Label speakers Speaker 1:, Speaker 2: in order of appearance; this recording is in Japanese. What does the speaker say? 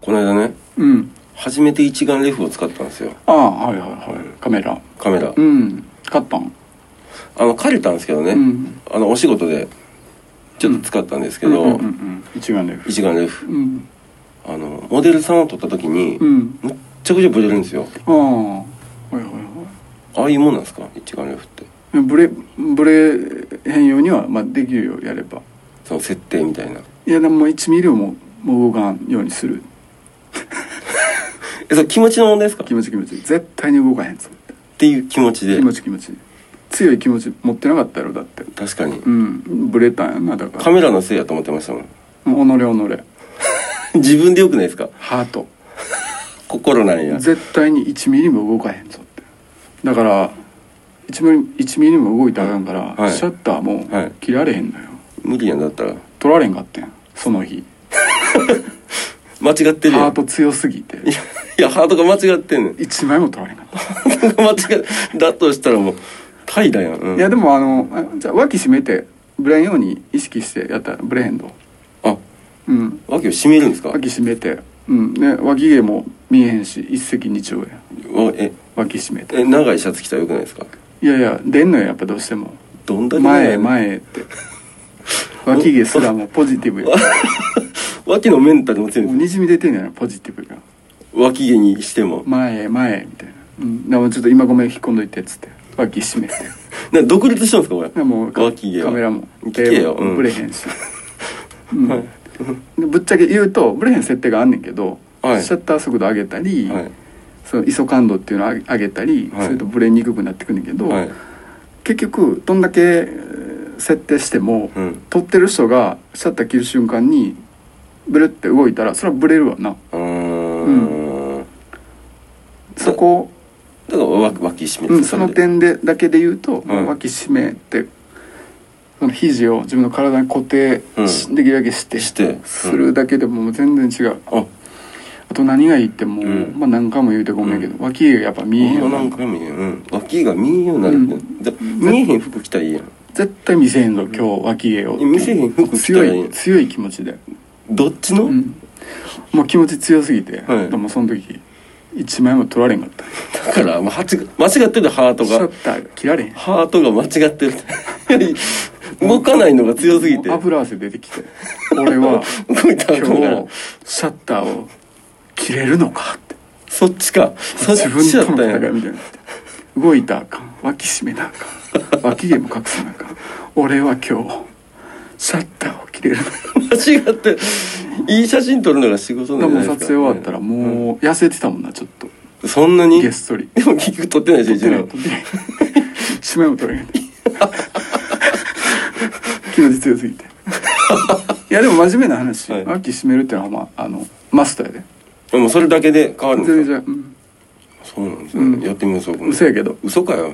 Speaker 1: この間ね
Speaker 2: うん
Speaker 1: 初めて一眼レフを使ったんですよ
Speaker 2: ああはいはいはいカメラ
Speaker 1: カメラ
Speaker 2: うん買ったん
Speaker 1: あの借りたんですけどね、
Speaker 2: うん
Speaker 1: あのお仕事でちょっと使ったんですけど、
Speaker 2: うんうんうん一眼レフ
Speaker 1: 一眼レフ
Speaker 2: うん
Speaker 1: あのモデルさんを撮った時に、
Speaker 2: うん
Speaker 1: むっちゃくちゃブレるんですよ
Speaker 2: ああはいはいはい
Speaker 1: ああいうもんなんですか一眼レフって
Speaker 2: ブレブレ変容には、まあ、できるよやれば
Speaker 1: その設定みたいない
Speaker 2: やでも1ミリももう動かんようにする
Speaker 1: えそれ気持ちの問題ですかっ
Speaker 2: 気持ち気持ち絶対に動かへんぞって
Speaker 1: ていう気持ちで
Speaker 2: 気持ち気持ち強い気持ち持ってなかったやろだって
Speaker 1: 確かに
Speaker 2: うんブレたんやなだか
Speaker 1: カ
Speaker 2: ら
Speaker 1: メラのせいやと思ってましたもん
Speaker 2: おのれおのれ
Speaker 1: 自分でよくないですか
Speaker 2: ハート
Speaker 1: 心なんや
Speaker 2: 絶対に1ミリも動かへんぞってだから1ミリ ,1 ミリも動いたらあかんから、
Speaker 1: はい
Speaker 2: シャッターも
Speaker 1: はい
Speaker 2: 切られへんのよ、
Speaker 1: 無理やんだったら
Speaker 2: 取られんかってんその日
Speaker 1: 間違ってるやん
Speaker 2: ハート強すぎて
Speaker 1: いやいやハートが間違ってんねん
Speaker 2: 1枚も取られんか った
Speaker 1: ハートが間違ってだとしたらもう怠惰やん、うん、
Speaker 2: いやでもあのあじゃあ脇締めてブレんように意識してやったらブレへんど
Speaker 1: あ
Speaker 2: うん
Speaker 1: 脇を締めるんですか
Speaker 2: 脇締めてうんね脇毛も見えへんし一石二鳥や
Speaker 1: わえ
Speaker 2: 脇締めて
Speaker 1: え長いシャツ着たらよくないですか
Speaker 2: いやいや出んのよやっぱどうしても
Speaker 1: どんだけ長い
Speaker 2: 前へ前へって脇毛すらもポジティブやも
Speaker 1: 脇のメンタルも強いん
Speaker 2: う
Speaker 1: です
Speaker 2: にじみ出てんのよポジティブが
Speaker 1: 脇毛にしても
Speaker 2: 前へ前へみたいなうんでもちょっと今ごめん引っ込んどいてっつって脇締めて
Speaker 1: な独立したんですかこれ
Speaker 2: でもうカ
Speaker 1: 脇毛は
Speaker 2: カメラも
Speaker 1: 聞けよ、うん、
Speaker 2: ブレへ んし、うんでぶっちゃけ言うとブレへん設定があんねんけど、
Speaker 1: はい
Speaker 2: シャッター速度上げたり、
Speaker 1: はい
Speaker 2: その ISO 感度っていうのを上げ上げたり、
Speaker 1: はい
Speaker 2: それとブレにくくなってくんねんけど、
Speaker 1: はい
Speaker 2: 結局どんだけえー設定しても、
Speaker 1: うん
Speaker 2: 撮ってる人がシャッター切る瞬間にブレって動いたらそれはブレるわな
Speaker 1: うーん
Speaker 2: そこ、
Speaker 1: だから脇脇締めて、
Speaker 2: うん、そ
Speaker 1: れ
Speaker 2: の
Speaker 1: で
Speaker 2: 点でだけで言うと、
Speaker 1: はい
Speaker 2: 脇締めてその肘を自分の体に固定し、
Speaker 1: うん
Speaker 2: できるだけして
Speaker 1: してうん
Speaker 2: するだけでももう全然違う、
Speaker 1: あ
Speaker 2: あと何がいいってもう、
Speaker 1: うん
Speaker 2: まあ何回も言うてごめんけど、
Speaker 1: うん
Speaker 2: 脇がやっぱ見えへん
Speaker 1: ほんまなんか見えへん、うん、脇が見えんようになるって、
Speaker 2: うん
Speaker 1: だ見えへん服着たらいいやん
Speaker 2: 絶対見せへんぞ今日脇毛を
Speaker 1: 見せへん服着た
Speaker 2: 強
Speaker 1: らいい
Speaker 2: い強い気持ちで、
Speaker 1: どっちの、
Speaker 2: うん、もう気持ち強すぎて、
Speaker 1: はい
Speaker 2: でもその時一枚も取られんかった
Speaker 1: だから、まあ、はち間違ってるハート
Speaker 2: シャ
Speaker 1: が
Speaker 2: ッターが切られへん
Speaker 1: ハートが間違ってる 動かないのが強すぎて
Speaker 2: もう油汗出てきて俺 は
Speaker 1: 動いたらあかん
Speaker 2: 今日
Speaker 1: から
Speaker 2: シャッターを切れるのかって
Speaker 1: そっちかそっ
Speaker 2: 自分
Speaker 1: ちやっ
Speaker 2: と
Speaker 1: た
Speaker 2: の
Speaker 1: ん
Speaker 2: 戦い
Speaker 1: や
Speaker 2: みたいになって動いたらあかん脇締めなあかん脇毛も隠さなあかん俺は今日シャッターを切れるのか
Speaker 1: 間違っていい写真撮るのが仕事
Speaker 2: で
Speaker 1: なんじゃ
Speaker 2: も
Speaker 1: ない
Speaker 2: 撮
Speaker 1: ですか
Speaker 2: 影終わったらもう痩せてたもんなちょっと
Speaker 1: うんそんなに
Speaker 2: ゲストリ
Speaker 1: でも結局撮ってないでしょ
Speaker 2: 撮っ
Speaker 1: 一
Speaker 2: てない
Speaker 1: 年
Speaker 2: 撮ってない一枚も撮れへん気持ち強すぎていやでも真面目な話、
Speaker 1: はい
Speaker 2: 脇締めるってのはまああのマストやで
Speaker 1: でもそれだけで変わるん
Speaker 2: 全
Speaker 1: で
Speaker 2: 然
Speaker 1: す
Speaker 2: じ
Speaker 1: か
Speaker 2: ゃうん
Speaker 1: そうなんですね、
Speaker 2: うん
Speaker 1: やってみましょう
Speaker 2: 嘘やけど
Speaker 1: 嘘かよ